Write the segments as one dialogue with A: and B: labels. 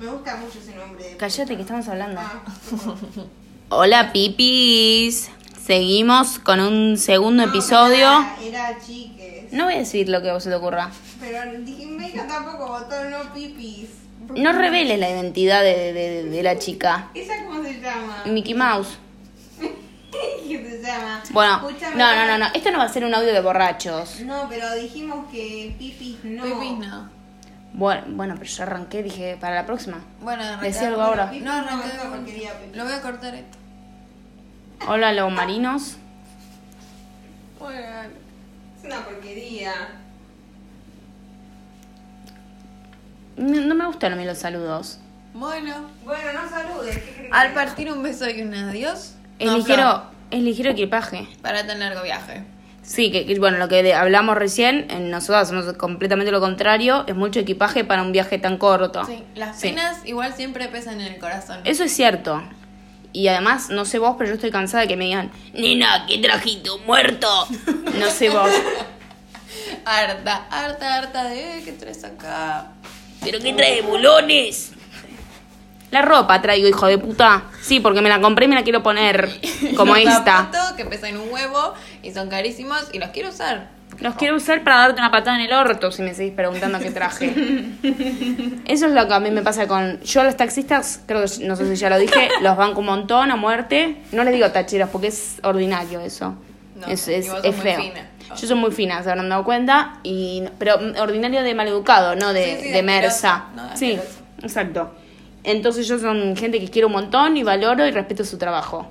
A: Me gusta mucho ese nombre. de
B: Cállate
A: puta.
B: que estamos hablando.
A: Ah, bueno.
B: Hola, pipis. Seguimos con un segundo
A: No,
B: episodio.
A: pará, Era chiques.
B: No voy a decir lo que a vos se te ocurra.
A: Pero dije, Meika tampoco votó no pipis.
B: No reveles la identidad de, de- de la chica.
A: ¿Esa cómo se llama?
B: Mickey Mouse.
A: ¿Qué se llama?
B: Bueno,
A: Escúchame,
B: no, no, no, no. Esto no va a ser un audio de borrachos.
A: No, pero dijimos que pipis no.
C: Pipis no.
B: Bueno, bueno, pero yo arranqué, dije, para la próxima.
C: Bueno, arrancá.
B: Decí algo ahora.
C: No,
A: No,
C: arranqué.
A: es una porquería, Pipis.
C: Lo voy a cortar esto.
B: Hola, los marinos.
C: Bueno, dale.
A: Es una porquería.
B: No, no me gustan a mí los saludos.
C: Bueno.
A: Bueno, no saludes. ¿qué crees?
C: Al partir un beso y un adiós.
B: Es
C: No,
B: ligero,
C: Flor,
B: es ligero equipaje.
C: Para tan largo viaje.
B: Sí, que, que, bueno, lo que de- hablamos recién, en nosotros hacemos completamente lo contrario, es mucho equipaje para un viaje tan corto.
C: Sí, las
B: Sí.
C: penas igual siempre pesan en el corazón.
B: Eso es cierto. Y además, no sé vos, pero yo estoy cansada de que me digan, nena, ¿qué trajiste? ¿Un muerto? No sé vos.
C: Harta, harta, harta de "Eh, ¿qué traes acá?
B: ¿Pero qué traes, bulones? La ropa traigo, hijo de puta. Sí, porque me la compré y me la quiero poner como
C: Los
B: esta.
C: zapatos que pesan un huevo y son carísimos y los quiero usar.
B: Los quiero usar para darte una patada en el orto si me seguís preguntando qué traje. Eso es lo que a mí me pasa con. Yo a los taxistas, creo que no sé si ya lo dije, los banco un montón a muerte. No les digo tacheros porque es ordinario eso.
C: No,
B: es
C: y
B: es,
C: vos sos
B: es
C: muy
B: feo.
C: fina.
B: Yo soy muy fina, se habrán dado cuenta. Y, pero ordinario de maleducado, no de,
C: Sí, sí, de
B: de mersa.
C: asqueroso, no, de
B: sí,
C: asqueroso.
B: exacto. Entonces yo son gente que quiero un montón y valoro y respeto su trabajo.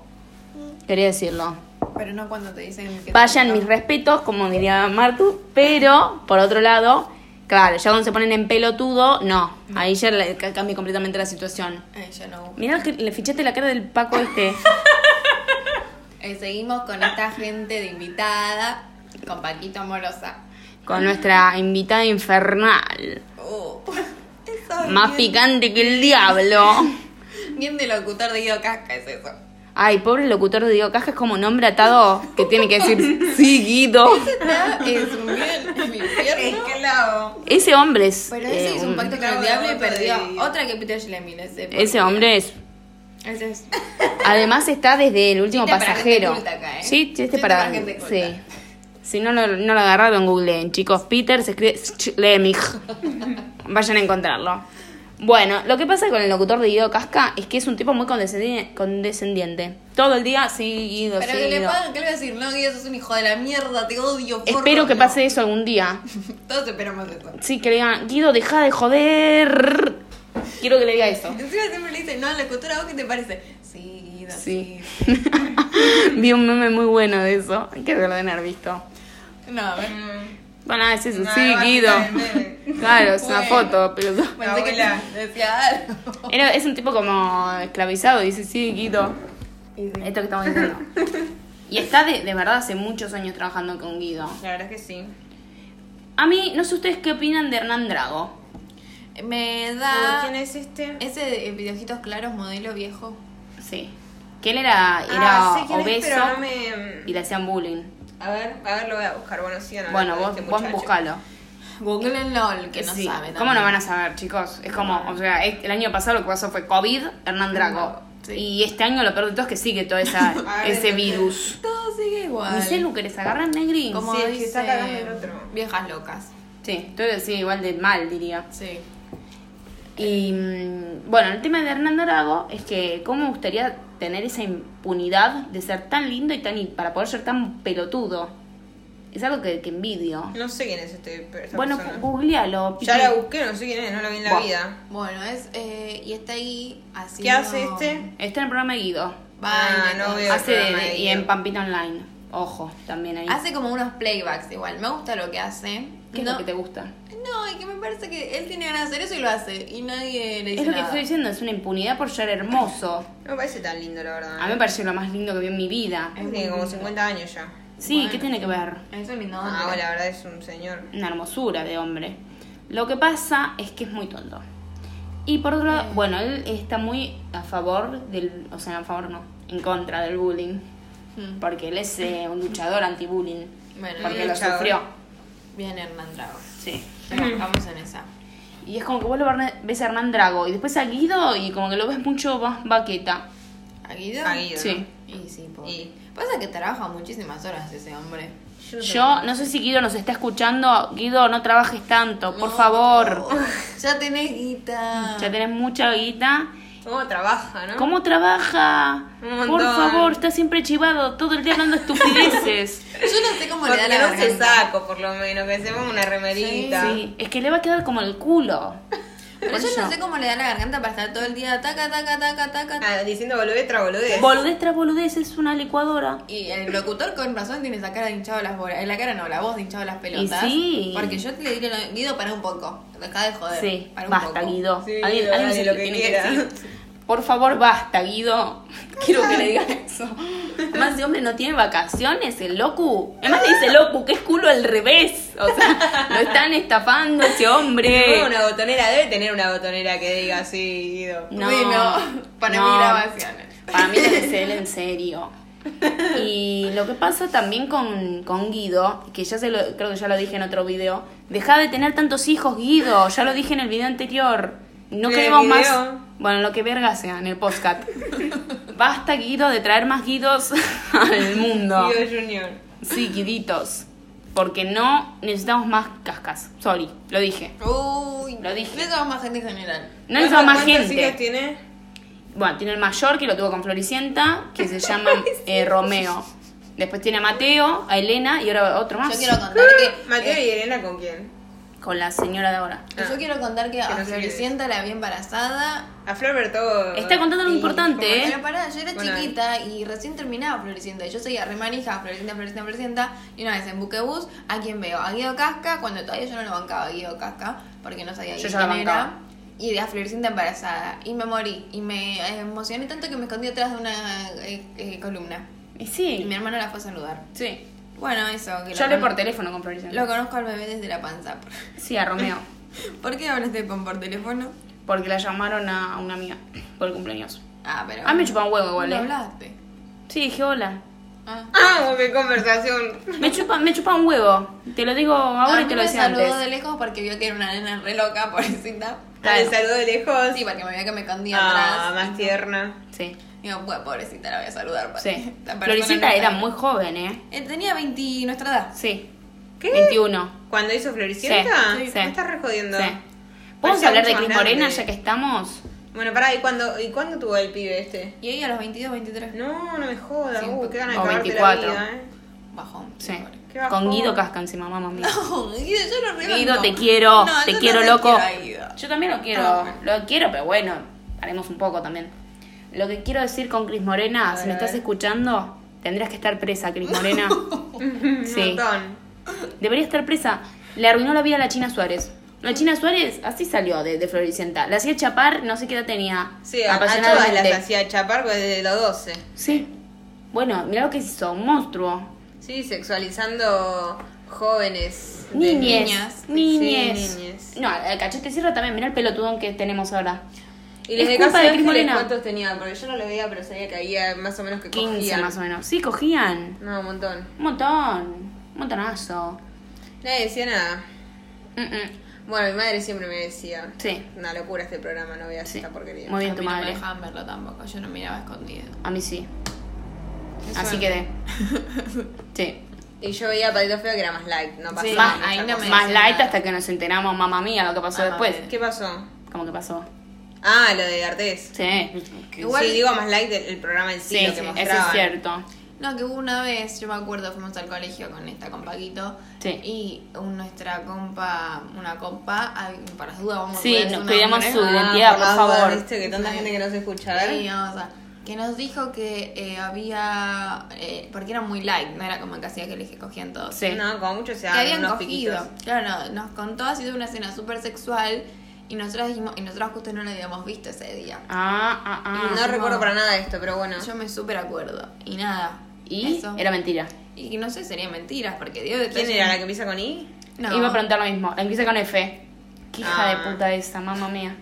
C: Mm.
B: Quería decirlo.
C: Pero no cuando te dicen que.
B: Vayan
C: no.
B: mis respetos, como diría Martu, pero por otro lado, claro, ya cuando se ponen en pelotudo, no. Ahí ya le- ca- cambia completamente la situación.
C: Ay, yo Eh, no.
B: Mirá, que le fichate la cara del Paco este.
C: Eh, seguimos con esta gente de invitada, con Paquito Amorosa.
B: Con nuestra invitada infernal.
C: Uh, eso,
B: Más
C: bien,
B: picante que el diablo.
C: bien de locutor de Guido Casca es eso.
B: Ay, pobre locutor de Diego Caja es como un hombre atado que tiene que decir sí, Guido.
C: Esta es un bien, mi infierno.
A: Esclavo.
B: Ese hombre es.
C: Pero
B: eh,
C: ese hizo un
B: un-
C: pacto con el
A: Claro,
C: diablo y
A: otro de
C: perdió.
A: Guido.
C: Otra que Peter Schlemil. Ese,
B: ese hombre es
C: Ese es.
B: Además está desde el último
C: Chiste para
B: pasajero.
C: gente culta acá, ¿eh?
B: Sí, chiste,
C: Chiste
B: para,
C: para gente culta.
B: Sí. Si no lo, no lo agarraron, googleen, chicos. Peter se escribe Schlemich. Vayan a encontrarlo. Bueno, lo que pasa con el locutor de Guido Casca es que es un tipo muy condescendiente. condescendiente. Todo el día, sí, Guido,
C: Pero
B: sí,
C: que le
B: Guido.
C: pagan, ¿qué le voy a decir? No, Guido, sos un hijo de la mierda, te odio. forro.
B: Espero que
C: No.
B: pase eso algún día.
C: Todos esperamos eso.
B: Sí, que le digan, Guido, deja de joder. Quiero que le diga eso.
C: Encima siempre le dicen, no, la locutora, ¿vos qué te parece? Sí, Guido,
B: Sí.
C: sí.
B: Vi un meme muy bueno de eso. que lo deben haber visto.
C: No, a ver.
A: Mm,
B: Bueno, es eso,
A: No,
B: sí,
A: no,
B: Guido.
A: no, no,
B: Claro, es una
C: Bueno.
B: foto, pero
C: Pensé
A: abuela.
C: que decía algo.
B: Era, es un tipo como esclavizado, dice, sí, Guido. Esto que estamos diciendo. Y está de, de verdad hace muchos años trabajando con Guido.
A: La verdad es que sí.
B: A mí, no sé ustedes qué opinan de Hernán Drago.
C: Me da.
A: ¿Quién es este?
C: Ese de de ojitos claros, modelo viejo.
B: Sí. Que él era, era
A: ah, sé quién
B: obeso
A: es, pero no
C: Em,
A: me...
B: y le hacían bullying.
A: A ver, a ver, lo voy a buscar. Bueno, sigan hablando
B: Bueno, vos,
A: de este
B: vos
A: muchacho.
B: buscalo.
C: Google LOL, que no
B: Sí.
C: sabe.
B: ¿Cómo no van a saber, chicos? Es como, o sea, es- el año pasado lo que pasó fue COVID, Hernán Drago.
C: Sí.
B: Y este año lo peor de todo es que sigue todo esa,
A: Ah,
B: ese
A: entendí.
B: virus.
C: Todo sigue igual.
B: Mi celu que les agarran negri.
C: Como
A: Sí, es que
C: dice,
A: está cagando el otro.
C: Viejas locas.
B: Sí, todo sí, igual de mal, diría.
C: Sí.
B: Y mm, bueno, el tema de Hernán Drago es que cómo me gustaría tener esa impunidad de ser tan lindo y tan y para poder ser tan pelotudo. Es algo que, que envidio.
A: No sé quién es este pero esta
B: bueno,
A: persona.
B: googlealo.
A: Ya
B: pipi.
A: la busqué, no sé quién es, no la vi en la
B: Buah.
A: vida.
C: Bueno, es. eh, y está ahí así.
A: ¿Qué hace este?
B: Está en el programa de Guido.
A: Ah, no veo.
B: Hace de-
A: programa
B: de-
A: de
B: y
A: Guido.
B: en Pampita Online. Ojo, también ahí.
C: Hace como unos playbacks igual. Me gusta lo que hace.
B: ¿Qué es
C: no,
B: lo que te gusta?
C: no, y que me parece que él tiene ganas de hacer eso y lo hace. Y nadie le dice
B: Es lo que
C: nada.
B: estoy diciendo, es una impunidad por ser hermoso.
A: No me parece tan lindo, la verdad.
B: A mí me pareció lo más lindo que vi en mi vida.
C: es muy
A: Tiene como
C: lindo.
A: 50 años ya.
B: Sí,
C: Bueno.
B: ¿qué tiene que ver?
C: Es un lindo
A: Ah,
C: hombre.
A: la verdad es un señor.
B: Una hermosura de hombre. Lo que pasa es que es muy tonto. Y por otro lado, bueno, él está muy a favor del. O sea, a favor no, en contra del bullying.
C: Mm.
B: Porque él es eh, un luchador anti-bullying.
C: Bueno, eh.
B: Porque
A: bien
B: lo
A: luchador.
B: sufrió.
C: Bien Hernán Drago.
B: Sí.
C: Pero Vamos en esa.
B: Y es como que vos lo verne- ves a Hernán Drago. Y después a Guido y como que lo ves mucho más vaqueta.
C: ¿A Guido?
A: A Guido.
B: Sí.
C: Y sí, pobre.
A: Y-
C: Pasa que trabaja muchísimas horas ese hombre.
B: Yo no sé si Guido nos está escuchando. Guido, no trabajes tanto, por
C: No, Ah.
B: favor.
A: Oh.
C: Ya tenés guita.
B: Ya tenés mucha guita.
A: ¿Cómo trabaja, no?
B: ¿Cómo trabaja?
A: Un
B: Por
A: montón.
B: favor, está siempre chivado, todo el día hablando estupideces.
C: Yo no sé cómo le da
A: Porque
C: la
A: no se
C: garganta.
A: saco, por lo menos, que se ponga una remerita.
B: sí, es que le va a quedar como el culo.
C: Pero
B: Por
C: yo
B: eso.
C: no sé cómo le da la garganta para estar todo el día taca, taca, taca, taca.
A: Ah, diciendo boludez tras boludez.
B: Boludez tras boludez es una licuadora.
C: Y el locutor con razón tiene esa cara de hinchado las bolas. Eh, La cara no, la voz de hinchado las pelotas.
B: sí.
C: Porque yo le diré, lo- Guido, para un poco. Deja de joder.
B: Sí,
C: para un
B: basta,
C: poco.
B: Guido.
A: Sí,
B: Alguien-
A: Guido,
B: alguien
A: dale
B: se
A: lo
B: lo
A: que
B: tiene que
A: quiera.
B: decir. Por favor, basta, Guido. Quiero que le digan eso. Además, ese hombre no tiene vacaciones, el locu. Además, le dice locu, que es culo al revés. O sea, lo están estafando ese
A: Ponga
B: hombre.
A: una botonera, debe tener una botonera que diga así, Guido.
B: No,
C: Sí, no. Para mí
B: no.
C: grabaciones.
B: Para mí tiene que ser en serio. Y lo que pasa también con, con Guido, que ya se lo, creo que ya lo dije en otro video, deja de tener tantos hijos, Guido, ya lo dije en el video anterior. No
A: ¿En el
B: queremos más.
A: video?
B: Bueno, lo que verga sea, en el podcast. Basta, Guido, de traer más Guidos al mundo.
A: Guido Junior.
B: Sí, Guiditos. Porque no necesitamos más cascas. Sorry, lo dije.
C: Uy,
B: Lo dije.
C: No somos más gente en general.
B: No necesitamos más
A: ¿Cuántos
B: gente.
A: hijos tiene?
B: Bueno, tiene el mayor que lo tuvo con Floricienta, que se llama eh, Romeo. Después tiene a Mateo, a Elena y ahora otro más.
C: Yo quiero contar que.
A: Ah, Mateo
C: eh,
A: y Elena con quién?
B: Con la señora de ahora.
C: que yo quiero contar que
A: Ah, no
C: a
A: sé quién es.
C: Floricienta la vi embarazada.
A: A Flor Bertó.
B: Está contando lo
C: Y como
B: importante,
C: que era
B: ¿eh?
C: parada, yo era
A: Bueno.
C: chiquita y recién terminaba Floricienta. Y yo seguía re manija, Floricienta, Floricienta, Floricienta. Y una vez en Buquebus, ¿a quién veo? A Guido Casca, cuando todavía yo no lo bancaba a Guido Casca, porque no sabía
B: Yo
C: bien
B: ya lo
C: quién
B: bancaba.
C: era. Y de a Floricienta embarazada. Y me morí. Y me eh, emocioné tanto que me escondí detrás de una eh, eh, columna.
B: Y
C: Y mi
B: sí.
C: hermano la fue a saludar.
B: Sí.
C: Bueno, eso. que lo
B: Yo hablé
C: con-
B: por teléfono con Floricienta.
C: Lo conozco al bebé desde la panza.
B: Sí, a Romeo.
C: ¿Por qué hablaste con por teléfono?
B: Porque la llamaron a una amiga por el cumpleaños.
C: Ah, pero.
B: Ah, me chupan huevo
C: No
B: igual, ¿eh?
C: hablaste.
B: Sí, dije hola.
C: Ah.
A: Ah, qué conversación.
B: Me chupan, me chupan huevo. Te lo digo ahora
C: a
B: y
C: mí
B: te lo
C: me
B: decía
C: Ah, saludó
B: antes.
C: de lejos porque vio que era una nena re loca, pobrecita.
A: Ah,
B: Claro.
A: Le saludo de lejos.
C: Sí, porque me vio que me escondía
A: ah,
C: atrás.
A: más tierna.
B: Sí,
C: Digo, pues pobrecita, la voy a saludar. porque
B: sí.
C: esta persona
B: Floricienta
C: no
B: era
C: sabe".
B: muy joven, ¿eh?
C: Eh, Tenía 20, nuestra edad.
B: Sí.
A: ¿Qué?
B: 21.
A: ¿Cuando hizo Floricienta?
B: Sí, sí.
A: Me estás re jodiendo.
B: Sí. ¿Podemos
A: Parecía
B: hablar de
A: mucho
B: Cris
A: más grande.
B: Morena ya que estamos?
A: Bueno, pará, ¿y cuándo, ¿y cuándo tuvo el pibe este?
C: Y ella a los 22, 23.
A: No, no me jodas.
C: Sí, un
A: uh,
C: poco.
A: qué ganas de
B: O
A: acabarte
B: 24.
A: la vida, eh.
C: Bajón.
B: Sí.
A: Qué bajón.
B: Con Guido Casca encima, mamá mía.
C: No, Guido, yo lo rebanco.
B: Guido, te quiero,
C: No,
B: te
C: yo
B: quiero,
C: también
B: loco.
C: quiero a Guido.
B: Yo también lo quiero,
C: Ah,
B: lo quiero, pero bueno, haremos un poco también. Lo que quiero decir con Cris Morena,
A: A
B: si
A: ver,
B: me
A: a
B: estás
A: ver.
B: escuchando, tendrías que estar presa, Cris Morena.
A: Un
B: Sí,
A: montón.
B: debería estar presa. Le arruinó la vida a la China Suárez. La China Suárez así salió de, de Floricienta. La hacía chapar, no sé qué edad tenía.
A: Sí, a, a todas
B: apasionadamente.
A: las hacía chapar pues, desde los 12.
B: Sí. Bueno, mira lo que hizo, un monstruo.
A: Sí, sexualizando jóvenes. de-
B: Niñez.
C: niñas.
B: Niñez.
A: Sí, niñez.
B: No, el cachete cierra también. Mira el pelotudón que tenemos ahora.
A: Y les
B: Es
A: de
B: culpa
A: Casa
B: de
A: de
B: Cris
A: Ángeles,
B: Morena.
A: ¿cuántos tenía? Porque yo no lo veía, pero sabía que había más o menos que
B: 15
A: cogían.
B: más o menos. Sí, cogían.
A: No, un montón.
B: Un montón. Un montonazo.
A: Nadie decía nada.
B: Mm, mm.
A: Bueno, mi madre siempre me decía.
B: Sí.
A: Una locura este programa, no veas
B: Sí.
A: esta porquería.
B: Muy bien,
C: A
B: tu
C: mí No me
B: madre.
C: dejaban verlo tampoco, yo no miraba escondido.
B: A mí sí.
C: Qué
B: Así
C: suerte.
B: quedé. Sí.
A: Y yo veía a Patito Feo que era más light, no pasaba
C: Sí, Ah,
B: más
A: mucha
C: ahí no
A: cosa.
C: me
B: más
C: decían
B: light
C: nada.
B: hasta que nos enteramos, mamá mía, lo que pasó
C: Mamá
B: después.
C: mía.
A: ¿Qué pasó?
B: ¿Cómo que pasó?
A: Ah, lo de Artés.
B: Sí.
A: Igual sí, digo más light el, el programa en sí,
B: Sí,
A: lo que
B: sí, eso
A: mostraban.
B: es cierto.
C: No, que hubo una vez, yo me acuerdo, fuimos al colegio con esta, con Paquito.
B: Sí.
C: Y un- nuestra compa, una compa, ay, para las dudas vamos a
B: Sí,
C: cuidar
B: nos
C: su
B: cuidamos
C: nombre.
B: su
A: Ah,
B: identidad, por
A: las
B: favor.
A: dudas, Viste que tanta
C: Sí.
A: gente que nos escucha, a ver.
C: Sí, vamos a- Que nos dijo que eh, había. eh, porque era muy light, no era como en Casillas que les cogían todos.
B: Sí.
A: No, como mucho se
C: Que
A: dan
C: habían
A: unos
C: cogido.
A: piquitos.
C: Claro, nos contó así de una escena súper sexual. Y nosotras dijimos, y nosotras justo no la habíamos visto ese día.
B: Ah, ah, ah.
A: no
C: sí,
A: recuerdo
C: no.
A: para nada esto, pero bueno.
C: Yo me súper acuerdo. Y nada.
B: Y
C: eso.
B: era mentira.
C: Y no sé, serían mentiras, porque Dios de
A: ¿Quién era la que empieza con I?
C: No.
B: Iba a preguntar lo mismo. La empieza con F. Qué
A: Ah.
B: hija de puta esa, mamá mía.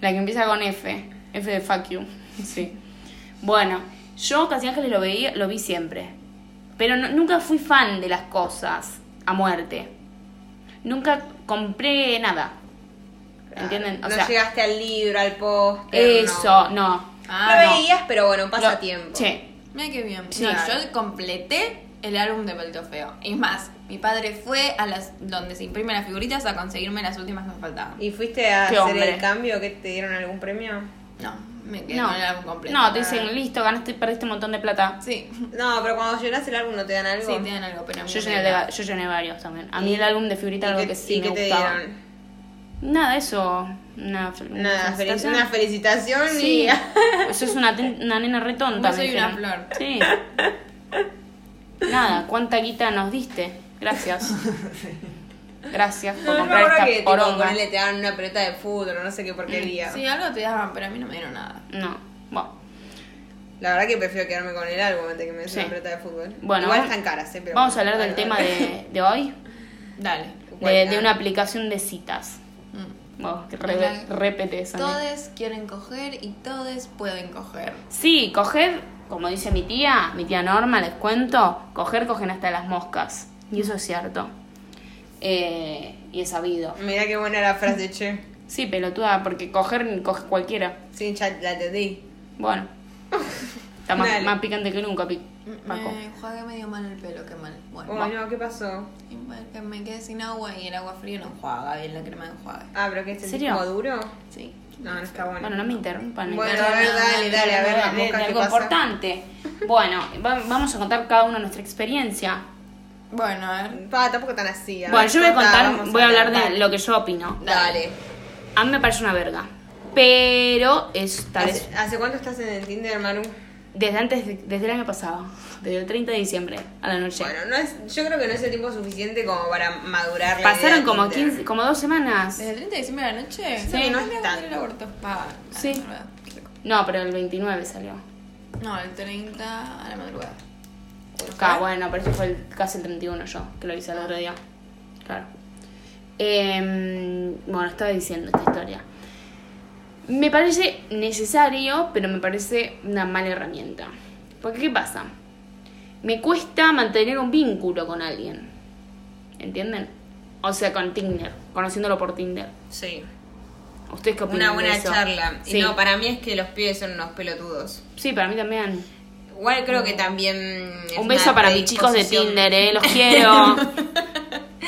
B: la que empieza con F. F de fuck you. Sí. Bueno, yo Casi Ángeles lo, veía, lo vi siempre. Pero no- nunca fui fan de las cosas a muerte. Nunca compré nada. ¿Entienden? O
D: no
B: sea,
D: llegaste al libro, al póster.
B: eso,
D: No.
B: no.
C: Ah,
D: lo
C: no.
D: veías, pero bueno, un
B: Lo-
D: pasatiempo.
B: Sí.
C: Mira qué bien.
B: Sí,
C: no,
B: claro.
C: yo completé el álbum de Pelto Feo. Es más, mi padre fue a las donde se imprimen las figuritas a conseguirme las últimas que me faltaban.
D: ¿Y fuiste a
B: Qué
D: hacer
B: hombre.
D: el cambio que te dieron algún premio?
C: No, me quedé
B: No.
C: con el álbum completo. Ah,
B: no, te dicen, listo, ganaste, perdiste un montón de plata.
C: Sí,
D: No, pero cuando llenas el álbum no te dan
C: sí,
D: algo.
C: te dan algo, pero
B: Yo
C: muy
B: llené,
C: raro.
B: de- yo llené varios también. A
D: ¿Y-
B: mí el álbum de
D: ¿Y
B: figurita algo
D: qué-
B: que
D: y
B: sí me
D: qué te
B: gustaba.
D: dieron?
B: Nada, eso. Una, fel- una
D: Nada, fel-
B: felicitación.
D: una felicitación
B: Sí.
D: y...
B: Eso es una, ten- una nena retonta.
C: No soy una flor.
B: Sí. Nada, ¿cuánta guita nos diste? Gracias. Gracias por
D: No, me
B: comprar
D: acuerdo
B: esta
D: que tipo,
B: poronga.
D: ponele, te dan una pelota de fútbol, no sé qué porquería.
C: Sí, algo te daban, pero a mí no me dieron nada.
B: No, bueno.
D: La verdad que prefiero quedarme con el álbum antes que me den
B: Sí.
D: una pelota de fútbol.
B: Bueno,
D: Igual
B: vamos-
D: están caras, eh, pero...
B: Vamos a hablar del
D: bueno,
B: tema de, de hoy,
C: Dale.
B: de,
D: Bueno.
B: de una aplicación de citas.
C: Mm.
B: Vamos, que re-
C: Ajá.
B: repete eso. nena.
C: Todes quieren coger y todes pueden coger.
B: Sí, coger, como dice mi tía, mi tía Norma, les cuento, coger cogen hasta las moscas. Y eso es cierto. Eh, y es sabido.
D: Mirá qué buena la frase, che.
B: Sí, pelotuda, porque coger coge cualquiera.
D: Sí, ya la entendí.
B: Bueno. Está más,
D: Dale. Mm,
B: más picante que nunca, Pi- Mm, Paco.
C: Me enjuagué medio mal el pelo, qué mal. Bueno,
D: Uy, no, ¿qué pasó?
C: y porque me quedé sin agua y el agua fría no enjuaga bien la crema de enjuague.
D: Ah, pero que es
B: serio?
D: como duro.
C: Sí.
D: No, no está bueno.
B: Bueno, no me interrumpan.
D: Bueno,
B: me-
D: a ver,
C: no,
D: dale,
C: no,
D: dale, a ver,
B: me-
D: la
B: me-
D: mosca,
B: de
D: ¿qué
B: algo
D: pasa?
B: importante. Bueno, va- vamos a contar cada uno nuestra experiencia.
C: Bueno, a ver.
D: Pa, tampoco tan así. a
B: Bueno,
D: ver,
B: yo voy a
D: contá,
B: contar,
D: vamos
B: voy a hablar de
D: dale.
B: lo que yo opino.
D: Dale.
B: A mí me parece una verga. Pero es tal vez
D: ¿Hace, hace cuánto estás en Tinder, Manu?
B: Desde antes, de- desde el año pasado, desde el 30 de diciembre a la noche.
D: Bueno, no es, yo creo que no es el tiempo suficiente como para madurar la
B: Pasaron
D: idea
B: como
D: Tinder.
B: 15, como dos semanas.
C: ¿Desde el 30 de diciembre de la noche?
B: Sí,
D: no
C: me
D: es
C: voy a hacer
D: tanto.
C: el aborto pa.
B: Sí.
C: Ah, verdad, qué loco.
B: No, pero el 29 salió.
C: No, el 30 a la madrugada.
B: Acá, Ah, bueno, pero eso fue el- casi el 31 yo, que lo hice el otro día. Claro. Em, bueno, estaba diciendo esta historia. Me parece necesario, pero me parece una mala herramienta. Porque, ¿qué pasa? Me cuesta mantener un vínculo con alguien. ¿Entienden? O sea, con Tinder, conociéndolo por Tinder.
D: Sí.
B: ¿Ustedes qué opinan?
D: Una
B: de
D: buena
B: eso?
D: charla.
B: Sí.
D: Y no, para mí es que los pibes son unos pelotudos.
B: Sí, para mí también.
D: Igual creo que también. es
B: Un
D: una
B: beso para mis chicos de
D: predisposición.
B: Tinder, ¿eh? Los quiero.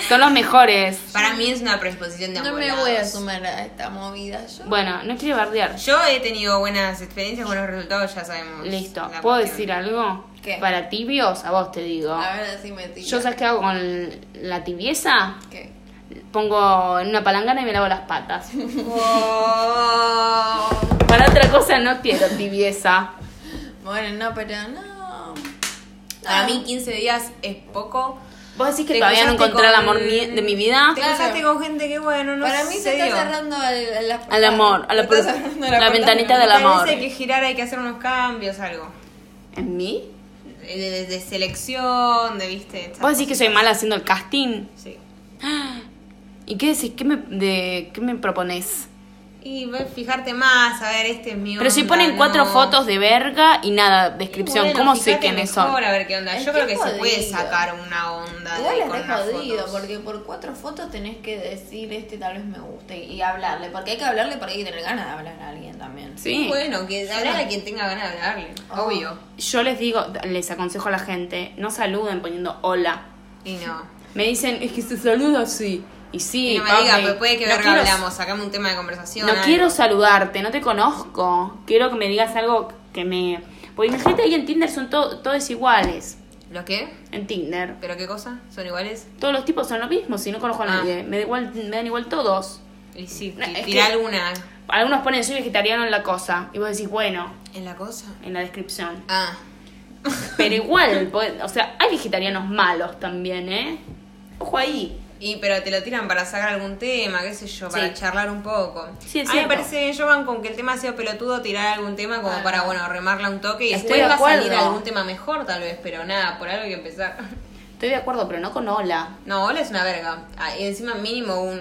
B: Son los mejores.
D: Para mí es una predisposición de
C: No
D: ambos
C: me
D: lados.
C: voy a sumar a esta movida yo.
B: Bueno, no quiero bardear.
D: Yo he tenido buenas experiencias, buenos resultados, ya sabemos.
B: Listo.
D: la
B: ¿Puedo
D: cuestión.
B: decir algo?
C: ¿Qué?
B: Para tibios, a vos te digo.
C: A ver, decime, tío.
B: Yo, ¿sabes qué hago con la tibieza?
C: ¿Qué?
B: Pongo en una palangana y me lavo las patas.
D: Oh.
B: Para otra cosa no quiero tibieza.
C: Bueno, no, pero no.
D: Para mí 15 días es poco.
B: Vos decís que
D: Te
B: todavía no
D: casaste
B: encontré el
D: con-
B: amor mi- de mi vida.
D: Te
C: Claro.
D: casaste con gente que bueno, no
C: Para mí se
D: sé,
C: está
D: digo.
C: cerrando al, a las
B: Al amor, a la,
C: Está
B: pu-
C: cerrando
B: la
C: puerta.
B: ventanita del
D: Tal vez
B: amor.
D: hay que girar, hay que hacer unos cambios, algo. Eh,
B: ¿En mí?
D: De, de- de selección, de viste. esas
B: ¿Vos decís que
D: cosas.
B: soy mala haciendo el casting?
D: Sí.
B: ¿Y qué decís? ¿Qué me, de, qué me propones?
D: Y ve, fijarte más, a ver, este es mi
B: Pero si
D: onda,
B: ponen cuatro
D: no.
B: fotos de verga y nada, descripción,
D: Bueno,
B: ¿cómo sé
D: fíjate
B: quiénes
D: mejor,
B: son?
D: A ver qué onda.
C: Es
D: Yo creo
C: que
D: que
C: es
D: se puede
C: jodido.
D: sacar una onda. de-
C: Igual
D: con
C: está
D: unas
C: jodido,
D: fotos.
C: porque por cuatro fotos tenés que decir este tal vez me gusta y, y hablarle, porque hay que hablarle porque hay que tener ganas de hablar a alguien también.
B: Sí.
D: Bueno, que hablar a quien tenga ganas de hablarle.
C: Oh.
D: Obvio.
B: Yo les digo, les aconsejo a la gente, no saluden poniendo hola.
D: Y no.
B: Me dicen, es que se saluda así. Y sí,
D: Y no me
B: papi,
D: digas, pues puede que
B: no
D: verga ¿eh?
B: quiero-
D: hablamos, sacame un tema de conversación.
B: No
D: algo.
B: quiero saludarte, no te conozco. Quiero que me digas algo que me... Porque imagínate ahí en Tinder son to- todos iguales.
D: ¿Los qué?
B: En Tinder.
D: ¿Pero qué cosa? ¿Son iguales?
B: Todos los tipos son lo mismo, si no conozco a
D: Ah.
B: nadie. Me, da igual, me dan igual todos.
D: Y sí,
B: No,
D: ti-
B: es
D: tirá
B: que-
D: alguna
B: Algunos ponen soy vegetariano en la cosa. Y vos decís, bueno,
D: en la cosa.
B: en la descripción.
D: Ah.
B: Pero igual, po- o sea, hay vegetarianos malos también, ¿eh? Ojo ahí.
D: Y pero te lo tiran para sacar algún tema, qué sé yo, para
B: Sí.
D: charlar un poco.
B: Sí, es
D: a mí me
B: cierto.
D: parece, yo van con que el tema sea pelotudo, tirar algún tema como
C: Ah.
D: para, bueno, remarla un toque y
B: Estoy
D: después
B: de
D: va a salir
B: acuerdo.
D: algún tema mejor tal vez, pero nada, por algo hay que empezar.
B: Estoy de acuerdo, pero no con hola.
D: No, hola es una verga. Ah, y encima mínimo un,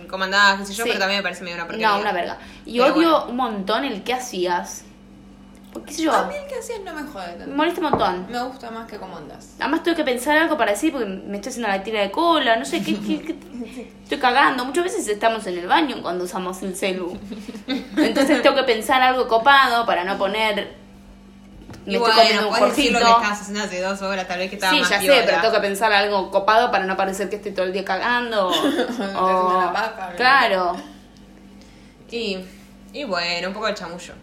D: un comandada, qué sé yo,
B: Sí.
D: pero también me parece medio una porquería.
B: No, una verga. Y
D: Pero
B: odio
D: bueno.
B: un montón el qué hacías. Porque qué sé yo,
C: A
D: Ah,
C: mí el que hacías no me jode
B: me
C: tanto.
B: molesta un montón.
C: Me gusta más que cómo andas.
B: Además tuve que pensar algo para decir porque me estoy haciendo la tira de cola, no sé, qué, qué- qué- estoy cagando. Muchas veces estamos en el baño cuando usamos el celu. Entonces tengo que pensar algo copado para no poner... Me
D: Igual,
B: estoy comiendo
D: no
B: un
D: podés decir lo que
B: forjito.
D: estabas haciendo hace dos horas, tal vez que estaba
B: Sí,
D: más
B: ya sé,
D: piola.
B: pero tengo que pensar algo copado para no parecer que estoy todo el día cagando. o-
C: haciendo la paja, ¿no?
B: claro.
D: Y, y bueno, un poco de chamullo.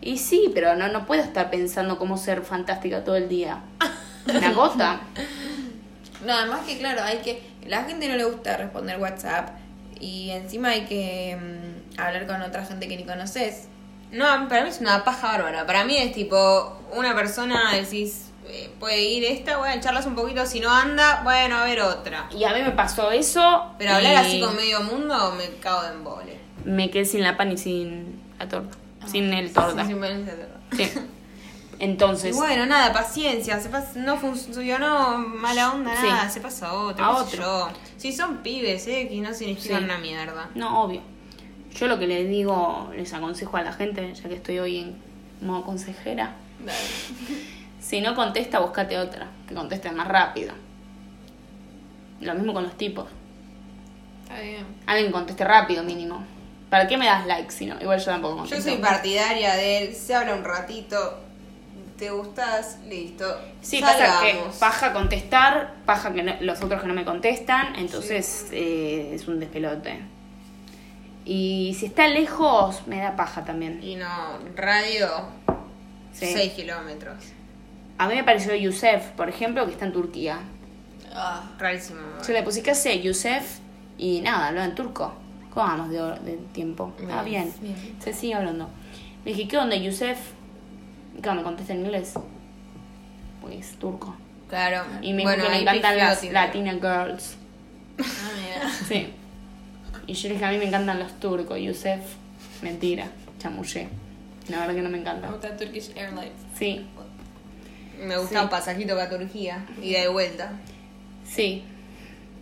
B: Y sí, pero no, no puedo estar pensando cómo ser fantástica todo el día. Me agota.
C: No, además que claro, hay que. La gente no le gusta responder WhatsApp y encima hay que mm, hablar con otra gente que ni conoces.
D: No, para mí es una paja bárbara. Para mí es tipo, una persona decís, eh, puede ir esta, bueno, charlas un poquito, si no anda, bueno, a ver otra.
B: Y a mí me pasó eso.
D: Pero hablar
B: y
D: así con medio mundo me cago de embole.
B: Me quedé sin la pan y sin la torta. sin el torta.
D: Ah,
B: Sí.
D: Sí, sí, bueno, es verdad. Y
B: Entonces,
D: bueno, nada, paciencia, se pas- no funcionó, mala onda,
B: Sí.
D: nada, se pasa a otro,
B: A
D: qué sé yo. Si son pibes, eh, que no significan
B: Sí.
D: una mierda.
B: no, obvio. Yo lo que les digo, les aconsejo a la gente, ya que estoy hoy en modo consejera. Si no contesta, búscate otra, que conteste más rápido. Lo mismo con los tipos.
C: Está bien.
B: Alguien conteste rápido, mínimo. ¿Para qué me das like si no? Igual yo tampoco
D: Yo
B: contesto.
D: soy partidaria de él, se habla un ratito, te gustas, listo.
B: Sí, pasa que
D: salgamos.
B: paja contestar, paja que no- los otros que no me contestan, entonces eh, es un despelote. Y si está lejos, me da paja también.
D: Y no, radio,
B: Sí.
D: 6 kilómetros.
B: A mí me pareció Yusef, por ejemplo, que está en Turquía.
C: Ah,
D: Rarísimo.
B: Yo le puse, ¿qué hace Yusef? Y nada, hablaba en turco. ¿Cómo vamos de, hor- de tiempo? Ah, bien.
C: bien.
B: Se sigue hablando. Le dije, ¿qué onda, Yusef? Y claro, me contesta en inglés. Porque es turco.
D: Claro.
B: Y me dijo que le
D: ahí
B: encantan
D: pifió
B: las
D: Tinder.
B: Latina girls.
C: ah, mira.
B: Sí. Y yo le dije, a mí me encantan los turcos, Yusef. Mentira, chamullé. La verdad que no me
C: Me
B: encanta.
C: gusta Turkish Airlines.
B: Sí,
D: Me gusta un pasajito para Turquía, ida y de vuelta.
B: sí.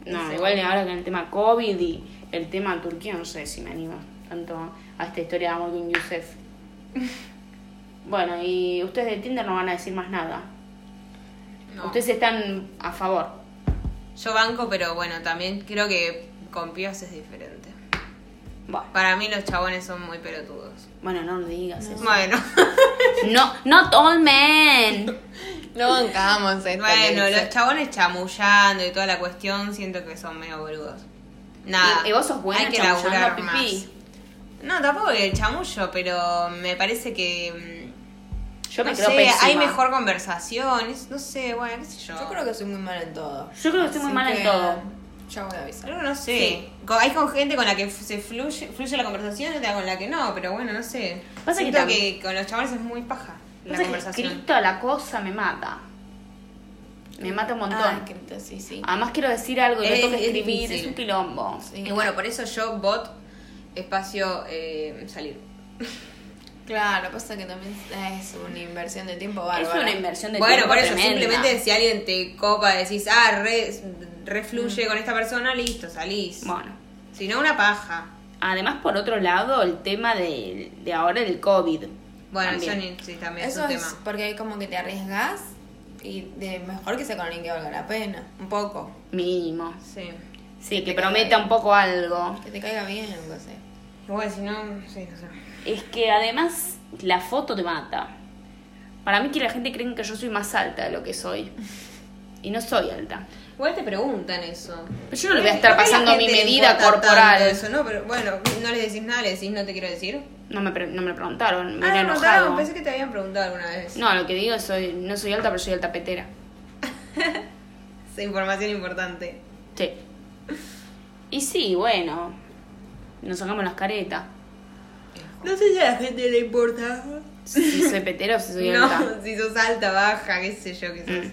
B: No, igual ahora con el tema COVID y el tema Turquía, no sé si me animo tanto a esta historia de amor con Yusef. Bueno, y ustedes de Tinder no van a decir más nada.
D: No.
B: Ustedes están a favor.
D: Yo banco, pero bueno, también creo que con pibas es diferente.
B: Bueno,
D: Para mí los chabones son muy pelotudos.
B: bueno no lo digas eso.
D: Bueno,
B: No, not all men.
C: No bancamos esto.
D: bueno,
C: que dice.
D: los chabones chamullando y toda la cuestión, siento que son medio boludos. Nada.
B: Y- y vos sos buena
D: Hay que
B: chamullando,
D: laburar
B: pipí.
D: más. No, tampoco el chamullo, pero me parece que. mm,
B: Yo me
D: no
B: creo
D: sé,
B: pésima.
D: hay mejor conversación, es- no sé, bueno, qué sé yo.
C: Yo creo que soy muy mala en todo.
B: Yo creo que estoy muy
C: Así
B: mala en
C: que
B: todo.
C: Ya voy a avisar.
D: Algo no sé. Co- Hay con gente con la que f- se fluye, fluye la conversación y otra con la que no, pero bueno, no sé.
B: Pasa que
D: Siento
B: también-
D: que, con los chavales es muy paja la
B: Pasa que
D: conversación.
B: Cristo la cosa me mata. Me mata un montón.
C: Ah, escrito, sí, sí.
B: Además quiero decir algo, y lo
D: Es-
B: tengo que
D: es
B: escribir,
D: difícil.
B: es un quilombo.
C: Sí.
D: Y bueno, por eso yo, bot, espacio, eh, salir.
C: Claro, pasa que también es una inversión de tiempo
B: es
C: bárbara.
B: una inversión de
D: Bueno,
B: tiempo
D: por eso,
B: tremenda.
D: simplemente si alguien te copa, decís, ah, re, refluye con esta persona, listo, salís.
B: Mm. Bueno.
D: Si no, una paja.
B: Además, por otro lado, el tema de, de ahora del COVID.
D: Bueno,
B: También.
D: eso ni- sí, también
C: Eso
D: es un
C: es
D: tema.
C: porque como que te arriesgas y de mejor que sea con alguien que valga la pena. Un poco.
B: Mínimo.
D: Sí.
B: Sí, que
C: te caiga
B: prometa
C: bien.
B: un poco algo.
C: Que te caiga bien, no sé.
D: Igual, si no, sí, no sé.
B: Es que además la foto te mata. Para mí que la gente cree que yo soy más alta de lo que soy. Y no soy alta.
D: Igual te preguntan eso.
B: Pero yo no le voy a estar
D: Capaz la
B: pasando mi
D: gente le
B: medida
D: importa
B: corporal.
D: tanto Eso, ¿no? Pero bueno, no les decís nada, les decís no te quiero decir.
B: No me, pre- no me lo preguntaron, me
D: ah,
B: hubiera
D: no,
B: enojado.
D: claro, pensé que te habían preguntado alguna vez.
B: No, lo que digo es soy, no soy alta, pero soy alta petera.
D: Esa información importante.
B: Sí. Y sí, bueno. Nos sacamos las caretas.
D: No sé si a la gente le importa.
B: Si soy petera o si soy
D: no,
B: alta. Mm.
D: si sos alta, baja, qué sé yo, qué sos.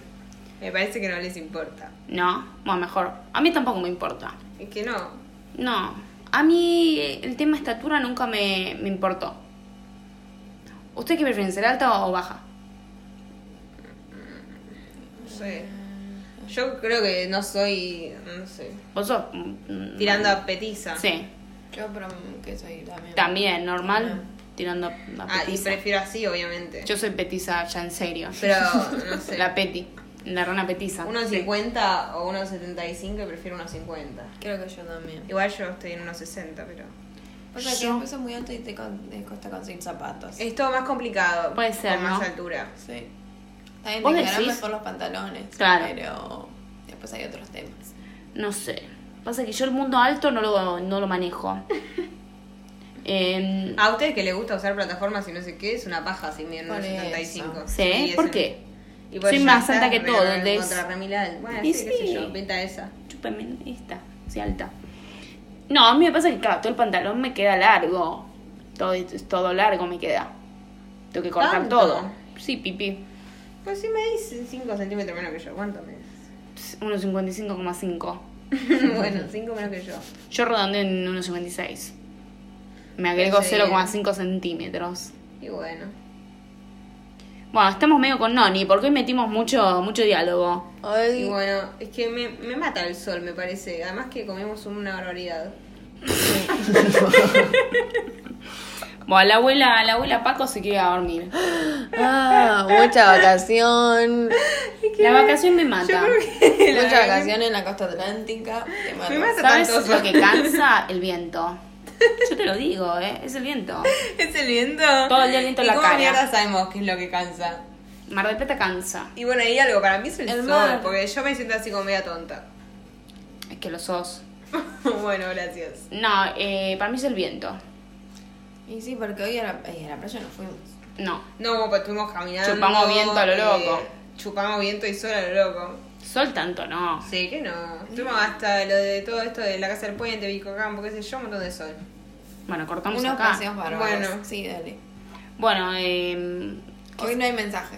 D: Me parece que no les importa.
B: No, bueno, mejor. A mí tampoco me importa.
D: Es que no.
B: No, a mí eh, el tema estatura nunca me, me importó. ¿Usted qué prefieren, ser alta o baja?
D: No sé. Yo creo que no soy. No sé.
B: ¿Vos sos? mm,
D: Tirando a petiza.
B: Sí.
C: Yo, pero mm, que soy también.
B: También, normal, tirando a
D: Ah, y
B: petiza.
D: prefiero así, obviamente.
B: Yo soy petiza ya en serio.
D: Pero, no sé.
B: La peti, la rana petiza.
D: 1,50 o 1,75, prefiero 1,50.
C: Creo que yo también.
D: Igual yo estoy en 1,60, pero.
C: O sea, que
B: Yo-
C: yo peso muy alto y te, con- te cuesta conseguir zapatos.
D: Es todo más complicado.
B: Puede ser,
D: Con más
B: ¿no?
D: altura.
C: Sí. También
B: ¿Vos
C: te quedarán
B: decís?
C: mejor los pantalones.
B: Claro.
C: Pero después hay otros temas.
B: No sé. Pasa que yo el mundo alto no lo, no lo manejo. Em,
D: A ustedes que les gusta usar plataformas y no sé qué, es una paja si miden
C: Por
D: 1,75.
C: eso.
B: ¿Sí? ¿eh?
D: es
B: ¿Por
D: en-
B: qué?
D: Y bueno,
B: Soy
D: ya
B: más
D: está,
B: alta que
D: pero
B: todo,
D: en
B: entonces-
D: Contra Remilal. Bueno,
B: Y
D: sí, qué sé
B: sí.
D: yo, venta esa.
B: Chúpame esta, sí, alta. No, a mí me pasa que, claro, todo el pantalón me queda largo. Todo, todo largo me queda. Tengo que cortar
D: ¿Tanto?
B: todo. Sí, pipí.
D: Pues si me dicen 5 centímetros menos que yo, ¿cuánto me dices?
B: 1,55,5.
D: bueno, 5 menos que yo.
B: Yo redondeo en 1,56. Me agrego
D: Sí.
B: 0,5 centímetros.
D: Y bueno.
B: Bueno, estamos medio con Noni, porque hoy metimos mucho, mucho diálogo.
D: Y
C: Hoy.
D: bueno, es que me, me mata el sol, me parece. Además que comemos una barbaridad.
B: Bueno, la abuela, la abuela Paco se quiere ir a dormir.
C: Ah, mucha vacación.
B: La vacación me mata.
C: mucha vacación en la costa atlántica. Te mato.
D: Me mata
B: ¿Sabes
D: tanto.
B: lo que cansa? El viento. Yo te lo digo, ¿eh? Es el viento.
D: Es el viento.
B: Todo el día el viento en
D: ¿Y
B: la
D: cómo
B: cara.
D: mierda sabemos qué es lo que cansa?
B: Mar del Plata cansa.
D: Y bueno, hay algo, para mí es el,
C: El
D: sol,
C: mar.
D: porque yo me siento así como media tonta.
B: Es que lo sos.
D: bueno, gracias.
B: No, eh, para mí es el viento.
C: Y sí, porque hoy a la, ay, a la playa nos fuimos.
B: No.
D: No, pues estuvimos caminando. eh,
B: Chupamos viento a lo loco.
D: chupamos viento y sol a lo loco.
B: Sol tanto no.
D: Sí, que no. Estuvimos hasta lo de todo esto de la casa del puente, Vicocampo, qué sé yo, un montón de sol.
B: Bueno, cortamos
C: Unos
B: acá.
C: paseos bárbaros.
D: Bueno.
C: Sí, dale.
B: Bueno, eh,
C: Hoy no hay mensaje.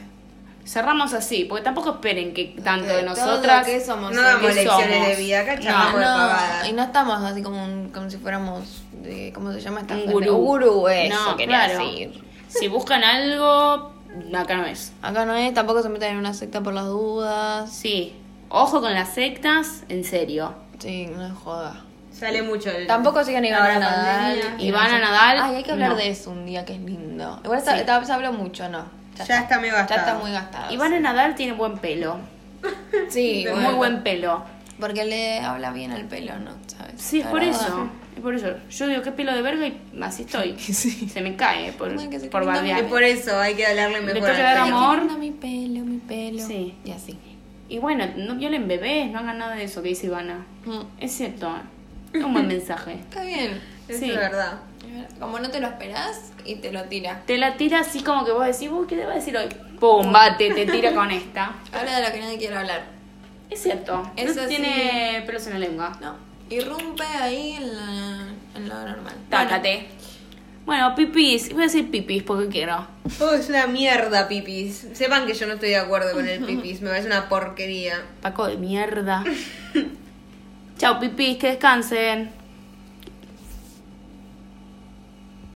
B: cerramos así, porque tampoco esperen que tanto
C: Porque
B: de
C: todo
B: nosotras.
C: lo que somos
D: No
C: hoy-
D: damos
B: ¿qué
D: lecciones
B: somos?
D: de vida, acá
B: No,
D: charlamos de
C: No,
D: pavadas.
C: y no estamos así como, un- como si fuéramos, de, ¿cómo se llama esta
B: Un
C: gente?
B: gurú.
C: Un gurú, eso
B: No,
C: quería
B: claro.
C: decir.
B: Si buscan algo, acá no es.
C: Acá no es, tampoco se metan en una secta por las dudas.
B: Sí. Ojo con las sectas, en serio.
C: Sí, no es joda.
D: Sale mucho el.
C: Tampoco sigan Ivana
D: ahora la
C: Nadal.
D: pandemia.
C: y
B: Ivana
C: no sé-
B: Nadal,
C: Ay, hay que hablar
B: no.
C: de eso un día que es lindo. Igual está- está- se habla mucho, ¿no.
D: Ya está medio
C: Ya está
D: gastado.
C: muy gastado.
B: Ivana Nadal tiene buen pelo.
C: Ah, Sí,
D: Muy
B: Muy
C: bueno,
B: buen pelo.
C: Porque le habla bien al pelo, ¿no? ¿Sabes?
B: Sí, es
C: La
B: por
C: verdad.
B: eso. Es por eso. Yo digo, qué pelo de verga y así estoy. Se me cae eh, por,
C: Ay, que se
B: por
C: termina mi
B: bardear.
D: Y por eso hay que hablarle
B: Le
D: mejor.
B: tengo que
D: al
B: dar
D: pelo.
B: amor.
C: Ay, qué lindo mi pelo, mi pelo.
B: Sí.
C: Y así.
B: Y bueno, no violen bebés, no hagan nada de eso que dice Ivana.
C: Mm.
B: Es cierto. Es un buen mensaje.
C: Está bien.
D: Eso
B: Sí.
D: es verdad.
C: Como no te lo esperás y te lo tira.
B: Te la tira así como que vos decís, "Uy, ¿qué te va a decir hoy? Pum, bate, te tira con esta.
C: Habla de lo que nadie quiere hablar.
B: Es cierto.
C: Eso
B: no
C: sí.
B: tiene pelos en la lengua.
C: No. Irrumpe ahí en, la, en lo normal.
B: Tácate. Bueno, pipis. Voy a decir pipis porque quiero.
D: Todo Oh, es una mierda, pipis. Sepan que yo no estoy de acuerdo con el pipis. Me parece una porquería.
B: Paco de mierda. Chao, pipis. Que descansen.